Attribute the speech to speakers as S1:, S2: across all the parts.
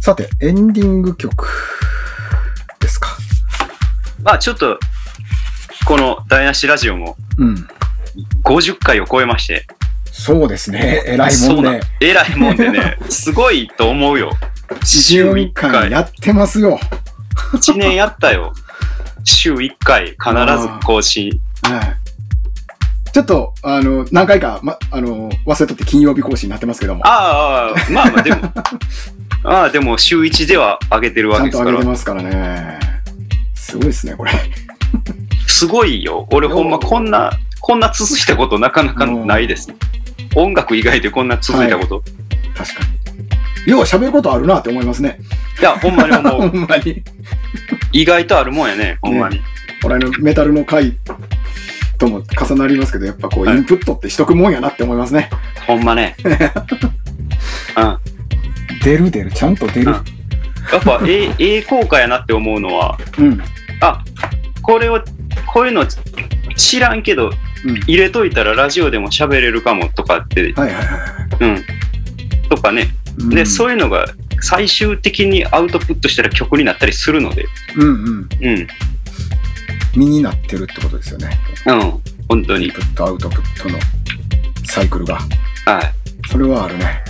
S1: さて、エンディング曲ですか。
S2: まあちょっと、この台無しラジオも
S1: うん。
S2: 50回を超えまして、
S1: そうですね。えらい
S2: そ
S1: も
S2: うんなん
S1: で。
S2: えらいもん でね、すごいと思うよ。週
S1: 1
S2: 1
S1: 年間
S2: 回、
S1: やってますよ。
S2: 1年やったよ。週1回必ず更新。
S1: はい。ちょっと、あの、何回か、ま、あの、忘れとって金曜日更新になってますけども。
S2: ああああ、まあまあで も、ああでも週1では上げてる
S1: ち
S2: わ
S1: ゃ
S2: け
S1: ん
S2: で
S1: と
S2: すか
S1: 上げて
S2: ら、
S1: ますからね。すごいですね、これ。
S2: すごいよ。俺ほんまこんな、こんな続いたことなかなかないです。音楽以外でこんな続いたこと。
S1: 確かに。よう喋ることあるなって思いますね。
S2: い、や、ほんまに思
S1: ほ
S2: う。
S1: んまに。
S2: 意外とあるもんやね、ほんまに。
S1: これのメタルの回とも重なりますけど、やっぱこう、
S2: はい
S1: インプットってしとくもんやなって思いますね。
S2: ほん まね。うん。や
S1: 出る出る、ちゃんと出
S2: るっぱ、えええ効果やなって思うのは、
S1: うん。うん。
S2: これを、こういうの知らんけど、入れといたらラジオでも喋れるかもとかって、
S1: はいはいは
S2: うん。とかね。
S1: い。
S2: で、
S1: うん
S2: そういうのが最終的にアウトプットしたら曲になったりするので、
S1: うんうん。
S2: うん。
S1: 身になってるってことですよね。
S2: うん。本当
S1: イン
S2: に。
S1: プット、アウトプットのサイクルが。
S2: はい。
S1: それはあるね。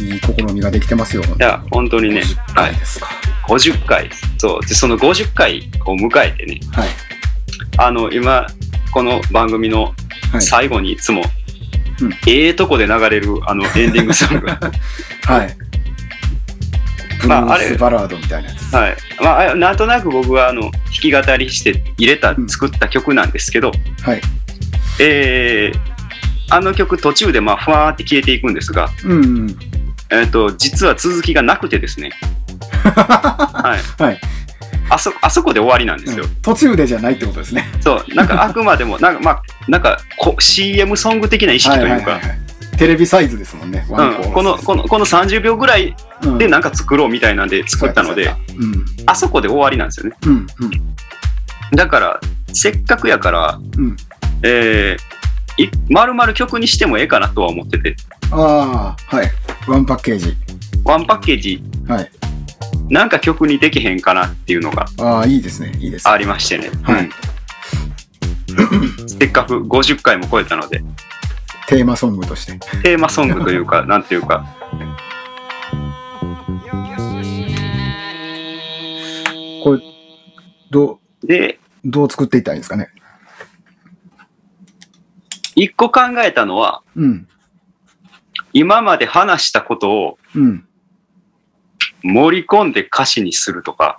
S1: うんいい試みができてますよ。
S2: いや、本当にね、は
S1: はいい。。ですか。
S2: 50回。そう。で、その50回を迎えてね、
S1: はい。
S2: あの、今、この番組の
S1: はい。
S2: 最後にいつも、
S1: うん
S2: ええとこで流れるあのエンディングソングは
S1: はい。ブル
S2: まああ
S1: ー
S2: れ
S1: スバラードみたいなやつ。
S2: い、まああ、なんとなく僕はあの弾き語りして入れた
S1: うん
S2: 作った曲なんですけど、
S1: はい。
S2: えーあの曲途中でまあふわーって消えていくんですが、
S1: うんうん。
S2: えー、と実は続きがなくてですね、はい
S1: はい
S2: あそあそこで終わりなんですよ、
S1: うん途中でじゃないってことですね。
S2: そうなんかあくまでもなんか,、まあ、なんかこ CM ソング的な意識というか、
S1: はいい。テレビサイズですもんね。ワンコ
S2: うん、このこのこの30秒ぐらい
S1: の
S2: でなんか作ろうみたいなんで作ったので、
S1: うん。
S2: あそこで終わりなんですよね
S1: うん。うん。
S2: だから、せっかくやから、
S1: うん。
S2: えー、い丸々曲にしてもええかなとは思ってて、
S1: ああ、はい。ワンパッケージ。
S2: ワンパッケージ、
S1: はい。
S2: なんか曲にできへんかなっていうのが
S1: ああ、いいですね。いいです。
S2: ありましてね。
S1: はい
S2: うんせっかく50回も超えたので、
S1: テーマソングとして。
S2: テーマソング というか、なんていうか、
S1: これ、どう、
S2: で、
S1: どう作っていったらいいんですかね。
S2: 一個考えたのは、
S1: うん。
S2: 今まで話したことを
S1: うん。
S2: 盛り込んで歌詞にするとか、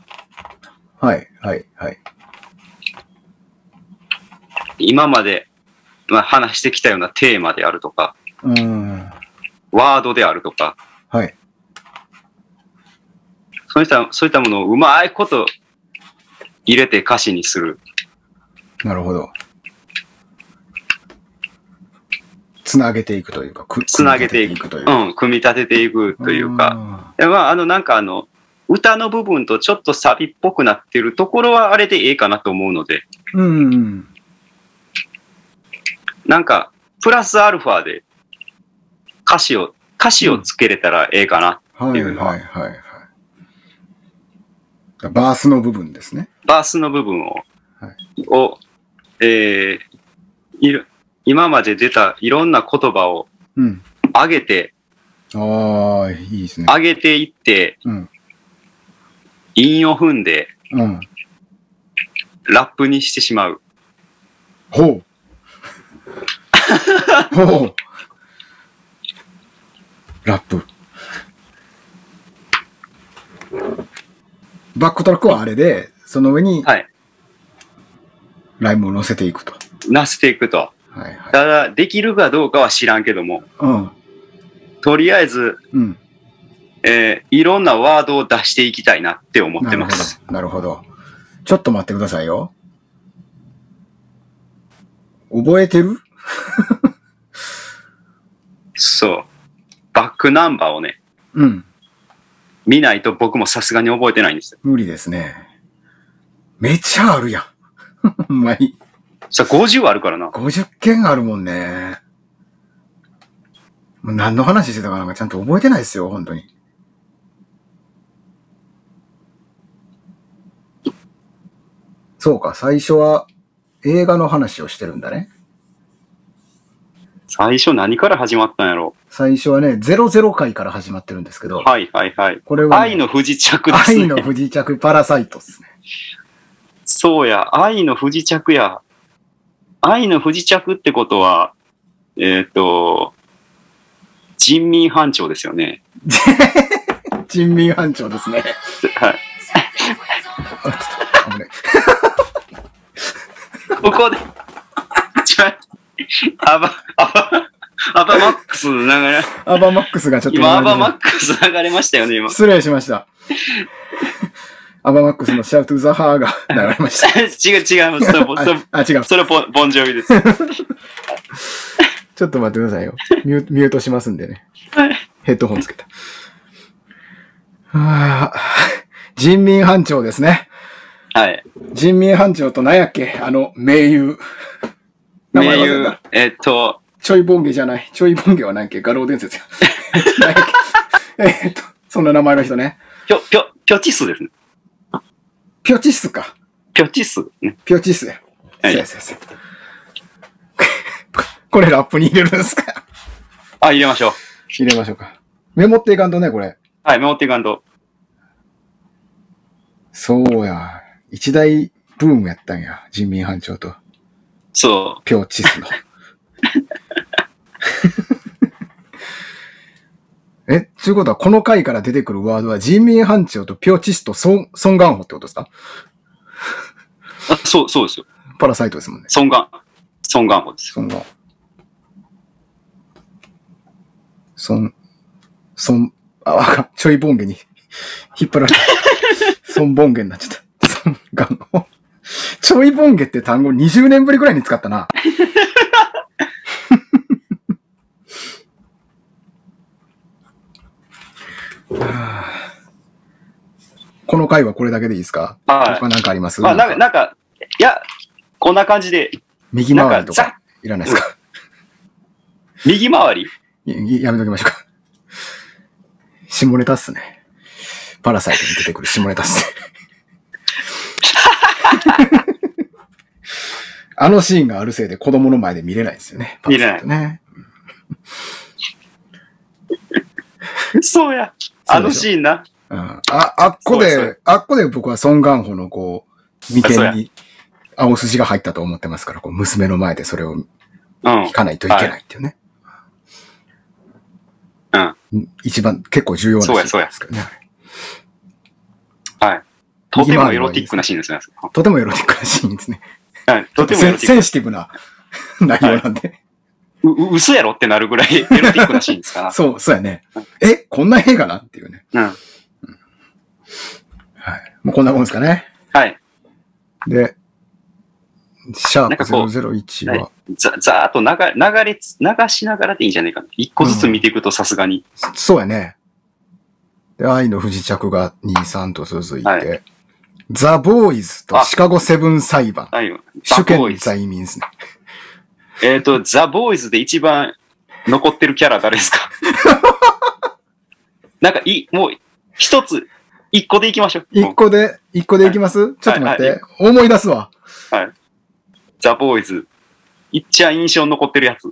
S1: はい。はい。はい。
S2: 今まで、まあ、話してきたようなテーマであるとか、
S1: うーん。
S2: ワードであるとか、
S1: はい。
S2: そういった、そういったものをうまいこと入れて歌詞にする。
S1: なるほど。つなげていくというか、く
S2: つなげていく
S1: 組み立てという
S2: う
S1: か。
S2: ん、組み立てていくというか。
S1: か。
S2: でまあ、あの、なんかあの、歌の部分とちょっとサビっぽくなってるところはあれでええかなと思うので、
S1: うんうん。
S2: なんか、プラスアルファで歌詞を、歌詞をつけれたらええかな。
S1: はいはいはいはい。バースの部分ですね。
S2: バースの部分を、
S1: は
S2: を、えーいる、今まで出たいろんな言葉を
S1: うん。
S2: 上げて、
S1: ああ、いいですね。
S2: 上げていって、
S1: うん
S2: 韻を踏んで、
S1: うん。
S2: ラップにしてしまう。
S1: ほう。ほう。ラップ。バックトラックはあれで、その上に
S2: はい。
S1: ライムを乗せていくと。
S2: なしていくと。
S1: はいはい。
S2: ただ、できるかどうかは知らんけども、
S1: うん。
S2: とりあえず、
S1: うん。
S2: えーいろんなワードを出していきたいなって思っ
S1: な
S2: て
S1: るほ
S2: ます。
S1: ど。なるほど。ちょっと待ってくださいよ。覚えてる
S2: そう。バックナンバーをね、
S1: うん。
S2: 見ないと僕もさすがに覚えてないんですよ。
S1: 無理ですね。めちゃあるやん。 ほんまに。
S2: さ、50あるからな。
S1: 50件あるもんね。もう何の話してたかなんかちゃんと覚えてないですよ、本当に。そうか、最初は映画の話をしてるんだね。
S2: 最初何から始まったんやろ
S1: 最初はね、00回から始まってるんですけど、
S2: はいはいはい。
S1: これは、
S2: 愛の不時着です、ね。
S1: 愛の不時着パラサイトですね。
S2: そうや、愛の不時着や。愛の不時着ってことは、えーっ、と、人民班長ですよね。
S1: 人民班長です ね。
S2: はい。
S1: あちょっと危ない
S2: ここで、ちょ、アバ、アバ、アバマックス流れ、
S1: アバマックスがちょっと
S2: 今アバマックス流れましたよね、今。
S1: 失礼しました。 アバマックスのシャウトゥザハーが流れました。
S2: 違う違う、それぼ、それ
S1: あ、違う。
S2: それボンボンジョビです。
S1: ちょっと待ってくださいよ。ミュミュートしますんでね。ヘッドホンつけた。はあ、人民班長ですね。
S2: はい。
S1: 人民班長と何やっけあの、名優。名
S2: 名
S1: 前忘れ
S2: 優
S1: た。、
S2: えっと、
S1: ちょいボンゲじゃない。ちょいボンゲは何やっけ画廊伝 説や。何やっけえっと、そんな名前の人ね。
S2: ぴょ、ぴょ、ぴょちすですね。
S1: ピョチスか。
S2: ぴょちす。ね
S1: ピョチスや。
S2: はい
S1: そうやそうや そうや。これラップに入れるんですか
S2: あ、入れましょう。
S1: 入れましょうか。メモっていかんとね、これ。
S2: はい、メモっていかんと。
S1: そうや。一大ブームやったんや。人民班長と
S2: そ
S1: ピョチスの。 え、ということは、この回から出てくるワードは、人民班長とピョチスとソン、ソンガンホってことですか
S2: う。あそう、そうですよ。
S1: パラサイトですもんね。
S2: ソンガン。ソンガンホです。
S1: ソンガン。ソン、ソン、あ、あかん、ちょいボンゲに 引っ張られ た。ソンボンゲになっちゃった。ソンガンを。ちょいボンゲって単語20年ぶりくらいに使ったな。 この回はこれだけでいいですか
S2: はい
S1: 他。なんかあります
S2: まあ、なんか、なんか、いや、こんな感じで、
S1: 右
S2: なん
S1: 回り
S2: か、
S1: と
S2: ざっ
S1: かいらないですか
S2: 右回り。
S1: いやめときましょうか。 下ネタっすね。パラサイトに出てくる下ネタっすね。 あのシーンがあるせいで子供の前で見れないんですよね。
S2: 見れない
S1: パラサイトね。
S2: そうや。あのシーンな。
S1: うん、あ、あっこ
S2: そうで
S1: で、あっこで僕は孫元穂のこう、眉
S2: あ
S1: 間
S2: そう
S1: に青筋が入ったと思ってますから、こう娘の前でそれを
S2: うん
S1: 聞。かないといけないっていうね。
S2: はい
S1: うん。一番結構重要なシーンですけどね。
S2: とてもエロティックなシーンですね。
S1: とてもエロティックなシーンですね。
S2: はい。とてもエ
S1: セン
S2: ロティック
S1: センシティブ な内容なんで。
S2: う。う嘘やろってなるぐ らいエロティックなシーンですから。
S1: そう、そうやね。え、こんな映画なんっていうね。
S2: うん。
S1: はい。もうこんなもんですかね。
S2: はい。
S1: で、シャー
S2: な
S1: プ
S2: んかこう
S1: 001は、
S2: ざ、ざーっと流れ、流れつ、流しながらでいいんじゃないかな。一個ずつ見ていくとさすがに。
S1: そうやね。で、愛の不時着が2、3と続いて、
S2: は
S1: ザ・ボーイズとシカゴセブン裁判、
S2: はいよ。ザ・
S1: 主
S2: ボー
S1: 権
S2: イズ。
S1: 在民ですね。
S2: えっと、ザ・ボーイズで一番残ってるキャラ誰ですか なんか、い、もう、一つ、一個でいきましょう。も
S1: 一
S2: う
S1: 個で、一個でいきます、ちょっと待って、
S2: は
S1: 思い出すわ。
S2: ザ・ボーイズ。いっちゃん印象残ってるやつ。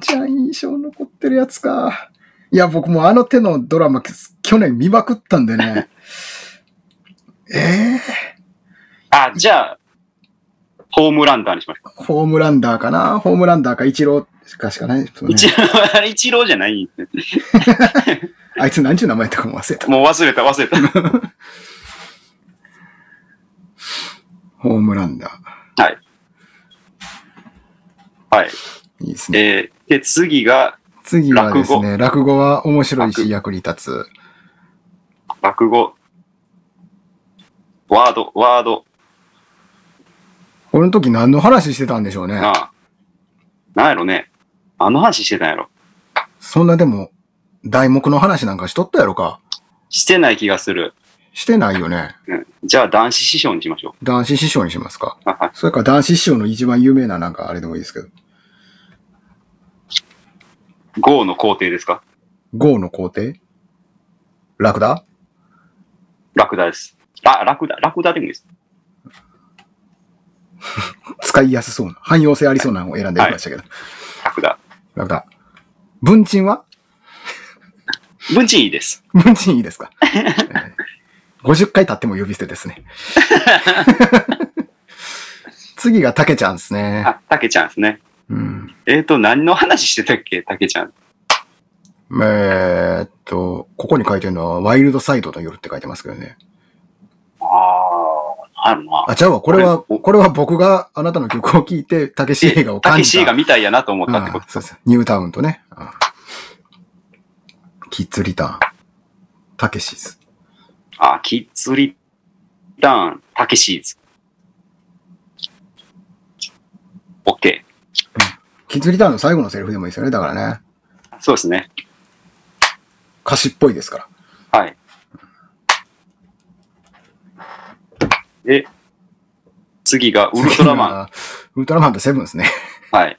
S1: じゃあ印象残ってるやつか。いや、僕もあの手のドラマ、去年見まくったんでね。 ええ
S2: あ、じゃあ、ホームランダーにしましょ
S1: ホームランダーかなホームランダーか、イチローかしかない、
S2: う。一郎、あれ 一郎じゃない。
S1: あいつ何ちゅう名前とかも忘れた。
S2: もう忘れた、忘れ た。
S1: ホームランダ
S2: はい。
S1: ー。いいですね。
S2: えー、で、次が、
S1: 次はですね、落語は面白いし役に立つ。
S2: 落語。ワード、ワード。
S1: この時何の話してたんでしょうね
S2: な。あ。なんやろね。あの話してたんやろ。
S1: そんなでも、題目の話なんかしとったやろか。
S2: してない気がする。
S1: してないよね。
S2: うん。じゃあ、男子師匠にしましょ
S1: 男子師匠にしますか。
S2: う。あはい。
S1: それか男子師匠の一番有名ななんかあれでもいいですけど。
S2: 豪の皇帝ですか
S1: 豪の皇帝ラクダ
S2: ラクダです。あ、ラクダ、ラクダでもいいです。
S1: 使いやすそうな、汎用性ありそうなのを選んでみましたけど。
S2: ラクダ。
S1: ラクダ。文鎮は
S2: 文鎮いいです。
S1: 文鎮いいです かえー ?50 回経っても呼び捨てですね。次がタケちゃんですね。
S2: あ、タケちゃんですね。
S1: うん。
S2: えっ、ー、と、何の話してたっけタケちゃん。
S1: えーっと、ここに書いてるのは、ワイルドサイドの夜って書いてますけどね。
S2: ああ、あるな。
S1: あ、ちゃうわ。これは、
S2: これ
S1: これは僕があなたの曲を聴いて、たけし映画を
S2: タ
S1: 感
S2: ケ
S1: じ
S2: シ
S1: た。
S2: ーがみたいやなと思ったって
S1: あ
S2: こと
S1: あ。そうです。ニュータウンとね。ああキッズリターン。たけしです。
S2: あ、キッズリターン、タケシーズ。オッケ
S1: キッズリターンの最後のセリフでもいいですよね。だからね。
S2: ー。そうですね。
S1: 歌詞っぽいですから。
S2: はい。で、次がウルトラマン。
S1: ン。 ウルトラマンとセブンですね。
S2: はい。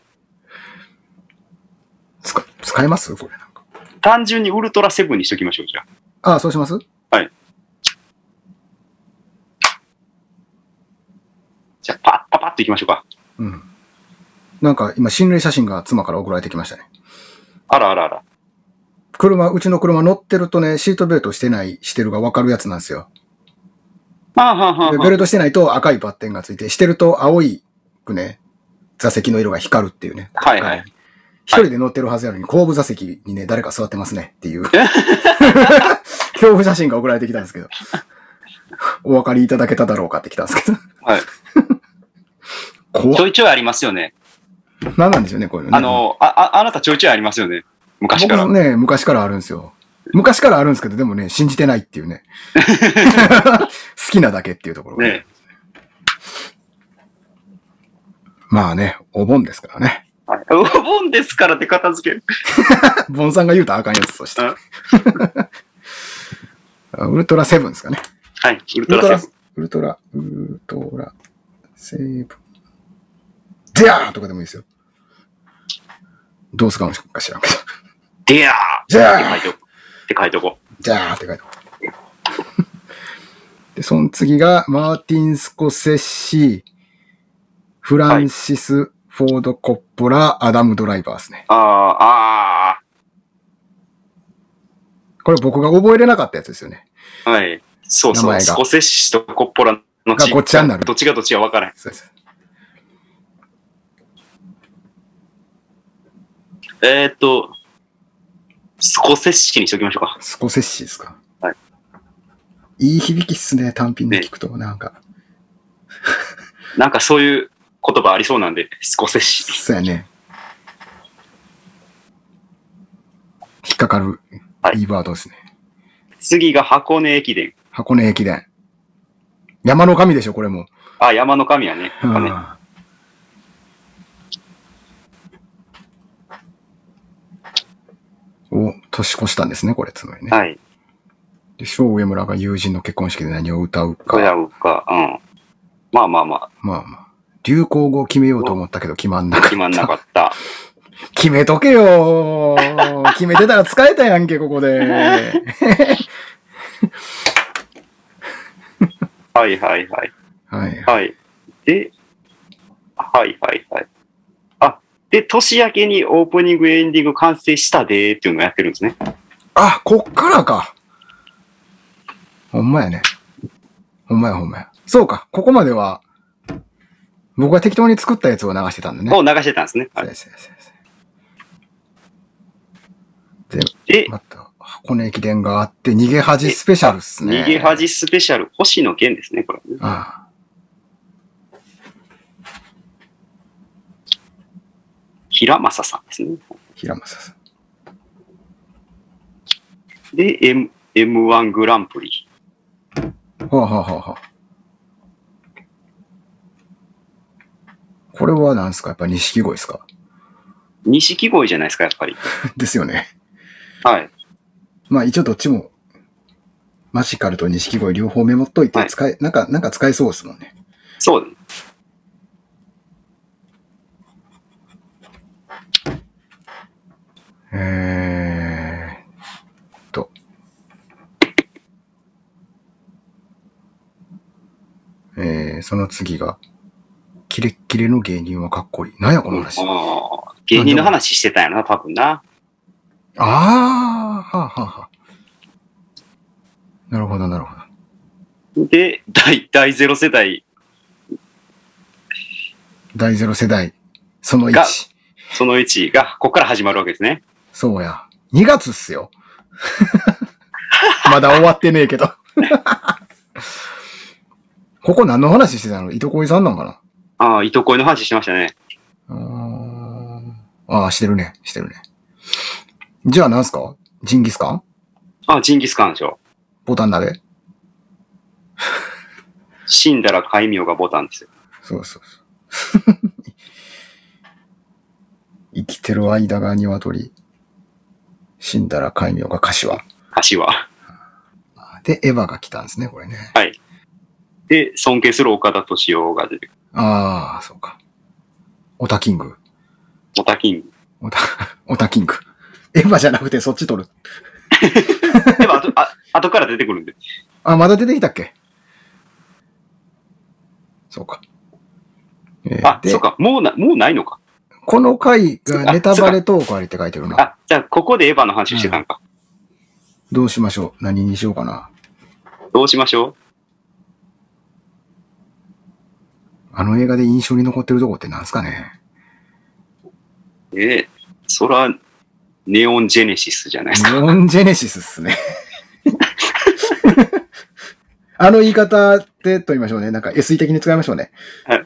S1: 使、使えますこれなんか。
S2: 単純にウルトラセブンにしときましょう、じゃあ。
S1: ああ、そうします
S2: じゃあ、パッパパッといきましょうか。
S1: うん。なんか今、心霊写真が妻から送られてきましたね。
S2: あらあらあら。
S1: 車、うちの車乗ってるとね、シートベルトしてない、してるが分かるやつなんですよ。
S2: はあ、はあはあ
S1: で
S2: はあ
S1: ベルトしてないと赤いバッテンがついて、してると青いくね、座席の色が光るっていうね。
S2: はいはい。
S1: 一人で乗ってるはずやのに、後部座席にね、誰か座ってますねっていう、 恐怖写真が送られてきたんですけど、お分かりいただけただろうかって来たんですけど。
S2: はい。ち
S1: 怖
S2: ょ
S1: っ。
S2: いちょいありますよね。
S1: 何なんでしょうね、こういうのね。
S2: あの、あ、ああなたちょいちょいありますよね。昔から
S1: 僕。もね、昔からあるんですよ。昔からあるんですけど、でもね、信じてないって いうね。好きなだけっていうところがね、
S2: ね。
S1: まあね、お盆ですからね。
S2: はい、お盆ですからって片付ける。
S1: 盆さんが言うとあかんやつと して。ウルトラセブンですかね。
S2: はい。ウル
S1: ウル
S2: ト
S1: ト
S2: ラ
S1: ラ
S2: セブン。、
S1: ウルトラ、ウルトラ、セブン。デアーとかでもいいですよ。どうすかもしか知らんけど。
S2: デアー
S1: デア
S2: っ
S1: ー
S2: て書いとこう。って書いとこう。
S1: じゃーって書いてある で、その次が、マーティン・スコセッシー、フランシス・フォード・コッポラ、アダム・ドライバーですね。
S2: あーあ
S1: これ僕が覚えれなかったやつですよね。
S2: ー、はい。そう
S1: 名
S2: そう。
S1: 前が
S2: スコセッシとコッポラの
S1: がごっちゃになる
S2: どっちがどっちか分からへん。
S1: そうです。
S2: えーっと、スコセッシにしときましょうか。
S1: スコセッシーですか。。
S2: はい
S1: いい響きっすね、単品で聞くと。なんか、
S2: なんかそういう言葉ありそうなんで、スコセッシ。
S1: そうやね。引っかかる、
S2: はい
S1: いいワードですね。
S2: 次が箱根駅伝。
S1: 箱根駅伝。山の神でしょ、これも。
S2: あ、山の神やね。
S1: う
S2: やっぱね
S1: んお、年越したんですね、これ、つまりね。
S2: はい。
S1: で、小上村が友人の結婚式で何を歌う
S2: これ
S1: か。
S2: はうか。うん。まあまあま
S1: まあまあ。流行語を決めようと思ったけど、決まんな
S2: あ、
S1: かった。
S2: 決まんなかった。
S1: 決めとけよー決めてたら使えたやんけ、ここで。
S2: はいはいはい。
S1: はい。
S2: はい。で、はいはいはい。あ、で、年明けにオープニングエンディング完成したでーっていうのをやってるんですね。
S1: あ、こっからか。ほんまやね。ほんまやほんまや。そうか、ここまでは、僕が適当に作ったやつを流してたんだね。
S2: を流してたんですね。はい
S1: そうですそうですそうで、、
S2: です
S1: また、箱根駅伝があって、逃げ恥スペシャルっすね。
S2: 逃げ恥スペシャル、星野源ですね、これね。
S1: ああ。
S2: 平正さんですね。
S1: 平正さん。
S2: で、M、M1 グランプリ。
S1: はあ、はあはあはあ、これは何すかやっぱ錦鯉ですか
S2: 錦鯉じゃないですか、やっぱり。
S1: ですよね。
S2: はい。
S1: まあ一応どっちも、マジカルと錦鯉両方メモっといて
S2: はい
S1: 使え、なんか、なんか使えそうですもんね。
S2: そう。
S1: ええー、と。えー、その次が、キレッキレの芸人はかっこいい。なんやこの話。あ
S2: あー芸人の話してたんやな、多分な。
S1: あー、はあ、はあ、はあ。なるほど、なるほど。
S2: で、第、第ゼロ世代、
S1: 第ゼロ世代、その
S2: が
S1: 1。
S2: その1が、ここから始まるわけですね。
S1: そうや。2月っすよ。 まだ終わってねえけど。 ここ何の話してたのいとこいさんなんか
S2: ああ、糸恋の話してましたね。
S1: なうーんああ、してるね。してるね。じゃあ何すかジンギスカン
S2: ああ、ジンギスカンでしょ。
S1: ボタン鍋
S2: 死んだら戒名がボタンですよ。
S1: そうそうそう。 生きてる間が鶏。死んだら戒名が柏。
S2: 橋は。
S1: で、エヴァが来たんですね、これね。
S2: で、尊敬する岡田敏夫が出てくる。
S1: ああ、そうか。オタキング。
S2: オタキング。
S1: オタ、 オタキング。エヴァじゃなくてそっち取る。
S2: でも、あと、あ、 後から出てくるんで。
S1: あ、まだ出てきたっけそうか。えー
S2: あ、
S1: で
S2: そうか。もうな、もうないのか。
S1: この回
S2: そう
S1: が
S2: か
S1: ネタバレトークありって書いてるな。
S2: あ、じゃあ、ここでエヴァの話をしてたんか。
S1: どうしましょう何にしようかな。
S2: どうしましょう
S1: あの映画で印象に残ってるとこってなんすかね
S2: ええそら、ネオンジェネシスじゃないですか。
S1: ネオンジェネシスっすね。あの言い方でと言いましょうね。なんか SE 的に使いましょうね。
S2: はい。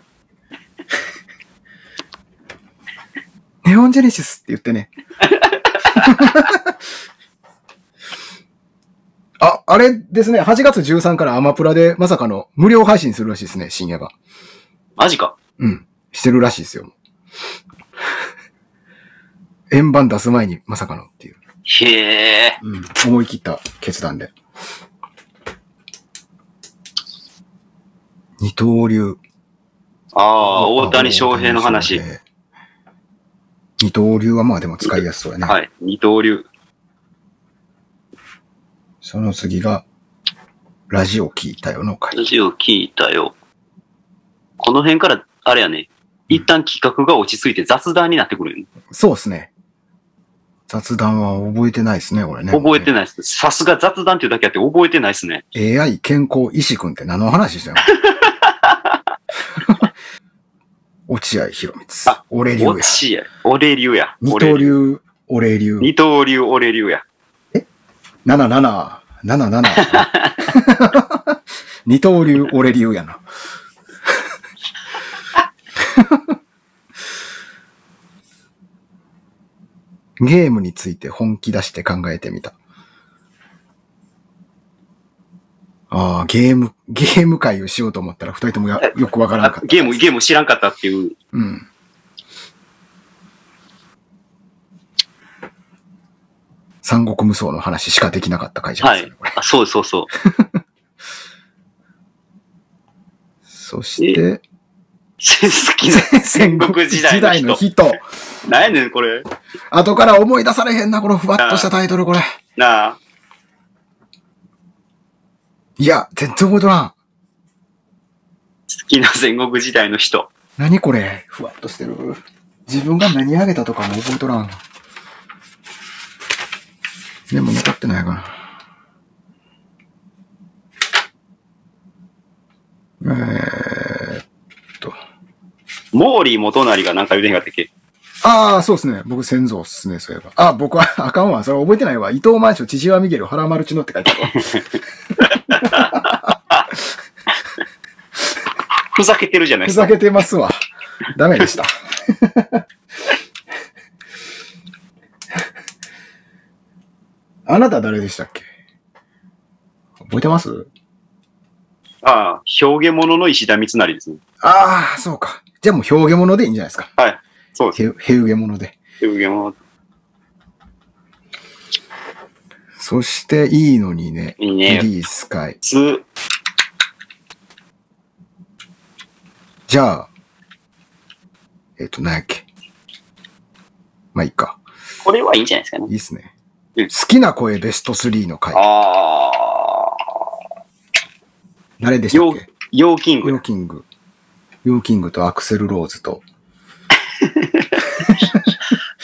S1: ネオンジェネシスって言ってね。あ、あれですね。8月13からアマプラでまさかの無料配信するらしいですね。深夜が。
S2: マジか。
S1: うん。してるらしいですよ。円盤出す前にまさかのっていう。
S2: へえ。
S1: うん、思い切った決断で。二刀流。
S2: ああ、大谷翔平の話。。
S1: 二刀流はまあでも使いやすそうやね。
S2: はい。二刀流。
S1: その次が、ラジオ聞いたよの回。
S2: ラジオ聞いたよ。この辺から、あれやね。一旦企画が落ち着いて雑談になってくるよね、
S1: そうですね。雑談は覚えてないですね、俺ね。
S2: 覚えてないっす。さすが雑談っていうだけあって覚えてないっすね。
S1: AI 健康医師くんって何の話 してんの 落合博満
S2: あ。
S1: 俺流や
S2: 落。ちや。俺流や。
S1: 二刀
S2: 俺流。
S1: 流、俺流。
S2: 二刀流、俺流や。
S1: 77、77。二 刀流、俺流やな。 ゲームについて本気出して考えてみた。ああ、ゲーム、ゲーム会をしようと思ったら二人ともやよくわからなか
S2: あ
S1: った。
S2: ゲーム、ゲーム知らんかったっていう。
S1: うん。三国無双の話しかできなかった会社ですよね、これ。
S2: あ、そうそうそう。
S1: そして、
S2: 好きな。
S1: 戦
S2: 国時代の人
S1: の人。
S2: なんやねん、これ。
S1: 後から思い出されへんな、このふわっとしたタイトル、これ。
S2: なあ。
S1: いや、全然覚えとらん。
S2: 好きな戦国時代の人。
S1: 何これふわっとしてる。自分が何あげたとかも覚えとらん。でも残ってないかな。えー、
S2: モーリー元成がなんか言うてへんかったっけ
S1: ああ、そうですね。僕、先祖っすね、そういえば。あ、僕は、あかんわ。それ覚えてないわ。伊藤満章、千々岩ミゲル、原丸千のって書いてあるわ。
S2: ふざけてるじゃない
S1: ふ
S2: ですか。
S1: ざけてますわ。ダメでした。あなた誰でしたっけ覚えてます
S2: ああ、表現者の石田三成ですね。
S1: ああ、そうか。じゃあもう表現物でいいんじゃないですか。
S2: そうです。
S1: へ、へうげ物で。
S2: 表現者。
S1: そして、いいのにね。
S2: いい
S1: リ
S2: ね。
S1: リース会。
S2: つ、
S1: じゃあ、えっ、と、何やっけ。まあ、いいか。
S2: これはいいんじゃないですかね。
S1: いいっすね。
S2: うん
S1: 好きな声ベスト3の回。
S2: ああ、
S1: 誰でしたっけ
S2: ヨーキン
S1: ヨ
S2: グ
S1: ー。キング。ヨーキングとアクセル・ローズと、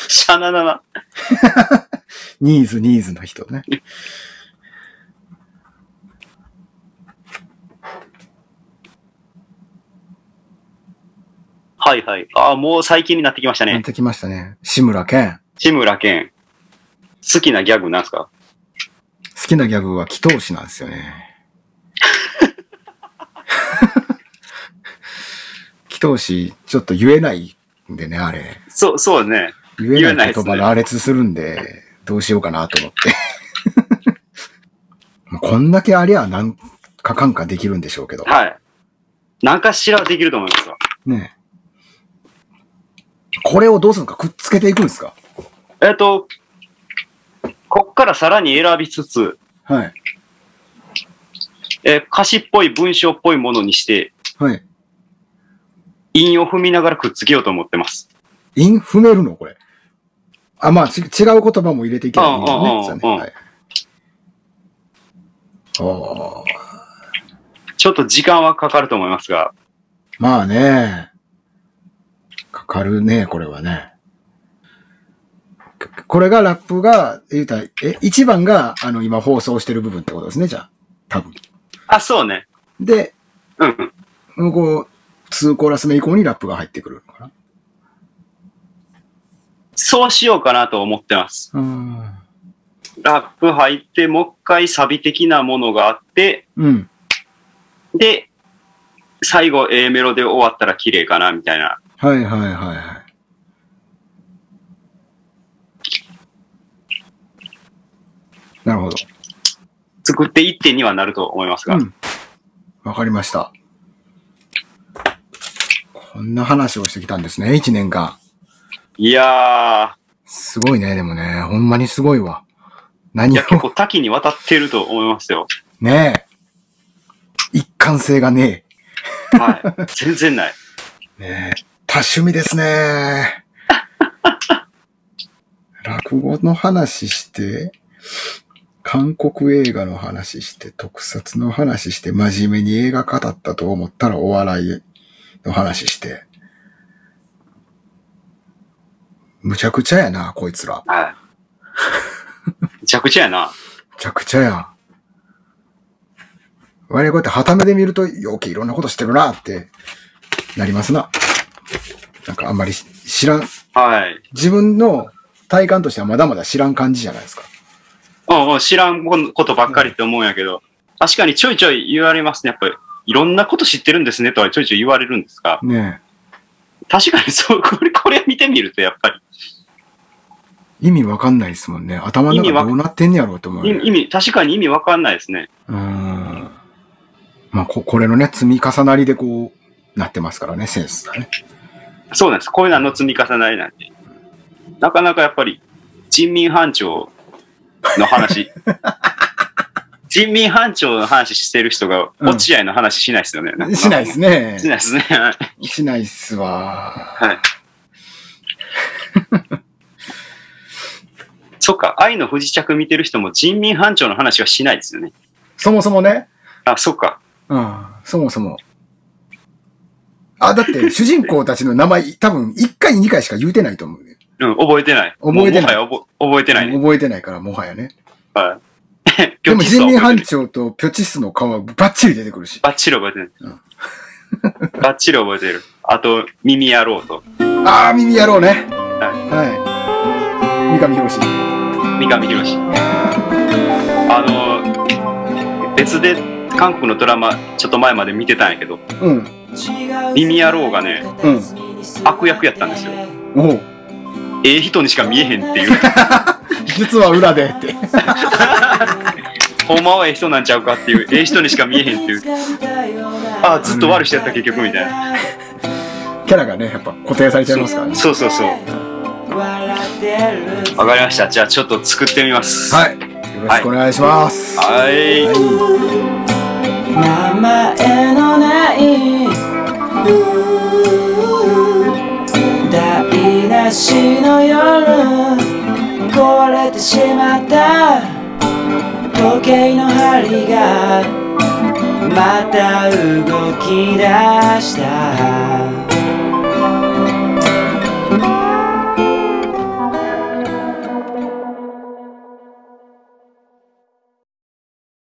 S2: シャナナナ。
S1: ニーズ、ニーズの人ね。
S2: はいはい。ああ、もう最近になってきました
S1: やっ
S2: ね。
S1: てきましたね。志村けん。
S2: 志村けん。好きなギャグなんですか
S1: 好きなギャグは祈祷師なんですよ ね。祈祷師、ちょっと言えないんでね、あれ。
S2: そう、そうね。
S1: 言えない
S2: 言えないっす
S1: 言
S2: ね
S1: 葉羅列するんで、どうしようかなと思って。 もうこんだけありゃなんかかんかできるんでしょうけど。
S2: はい。何かしらできると思いますよ。
S1: ねえこれをどうするのかくっつけていくんですか
S2: えっ、と、こっからさらに選びつつ、
S1: はい。
S2: えー歌詞っぽい文章っぽいものにして、
S1: はい。
S2: 韻を踏みながらくっつけようと思ってます。
S1: 韻踏めるのこれ。あ、まあ、ち違う言葉も入れていけばいいんだ
S2: うんうんうん
S1: ね。
S2: うん
S1: じゃあねはい。おー
S2: ちょっと時間はかかると思いますが、
S1: まあね。かかるね、これはね。これがラップが、言うたら、え、一番が、あの、今放送してる部分ってことですね、じゃあ。多分。
S2: あ、そうね。
S1: で、
S2: うんうん。
S1: こう、2コーラス目以降にラップが入ってくるのか
S2: そうしようかなと思ってます。
S1: な。うん。
S2: ラップ入って、もう一回サビ的なものがあって、
S1: うん。
S2: で、最後 A メロで終わったら綺麗かな、みたいな。
S1: はいはいはいはい。なるほど。
S2: 作って1点にはなると思いますが。
S1: うん。わかりました。こんな話をしてきたんですね、1年間。
S2: いや
S1: すごいね、でもね、ほんまにすごいわ。
S2: ー、い
S1: 何を
S2: や、結構多岐にわたってると思います よ。
S1: ねえ。一貫性がね
S2: はい。全然ない。
S1: え。ねえ。多趣味ですね。落語の話して、韓国映画の話して、特撮の話して、真面目に映画語ったと思ったらお笑いの話して。むちゃくちゃやな、こいつら。
S2: はい。めちゃくちゃやな。
S1: むちゃくちゃや。我々こうやって旗目で見ると、よきいろんなことしてるなって、なりますな。なんかあんまりし知らん、
S2: はい。
S1: 自分の体感としてはまだまだ知らん感じじゃないですか。
S2: うんうん、知らんことばっかりって思うんやけど、確かにちょいちょい言われますね。やっぱり、いろんなこと知ってるんですねとはちょいちょい言われるんですが、
S1: ね
S2: 確かにそう、これ、これ見てみるとやっぱり、
S1: え。意味わかんないですもんね。頭の
S2: 意味わ
S1: 中どうなってんねやろうと思う、
S2: 意
S1: ね。
S2: 味、意味確かに意味わかんないですね。
S1: うーん。まあこ、これのね、積み重なりでこう、なってますからね、センスが ね。
S2: そうなんです。こういうのはの積み重なりなんで。なかなかやっぱり、人民班長 の話。人民班長の話してる人が、
S1: うん
S2: 落合の話しないですよね。んか
S1: しないですね
S2: し。ないですね。
S1: しないっすわ。
S2: はい。そっか、愛の不時着見てる人も人民班長の話はしないですよね。
S1: そもそもね、
S2: あ、そっか。
S1: うん、そもそも。あ、だ って、主人公たちの名前、多分、1回、2回しか言うてないと思うね。
S2: うん、覚えてない。
S1: 覚えてない
S2: もうもはや覚覚えてないね。
S1: 覚えてないから、もはやね。
S2: はい
S1: でも、
S2: ピョチッ
S1: 人
S2: と
S1: 民
S2: 覚えて
S1: 班
S2: る
S1: 長とピョチスの顔はバッチリ出てくるし。
S2: バッチリ覚えてる。バッチリ覚えてる。あと、耳やろうと。
S1: あー、耳やろうね。
S2: は
S1: はい。三上博史。
S2: 三上博史。あの、別で韓国のドラマ、ちょっと前まで見てたんやけど、
S1: うん。
S3: 耳野郎がね、
S1: うん
S3: 悪役やったんですよ。
S1: おう。
S2: ええ人にしか見えへんって いう。
S1: 実は裏でって。
S2: ほんまはええ人なんちゃうかっていう、ええ人にしか見えへんっていう。あ
S3: あ、
S2: ずっと悪い人やった結局みたいな。
S3: な。
S1: キャラがね、やっぱ固定されちゃいますからね。
S2: そうそうそう。わかりました。じゃあちょっと作ってみます。い。
S1: はい。よろしくお願いします。
S2: はい。
S1: は
S3: 名前のない台無しの夜えてしまった時計の針がまた動き出した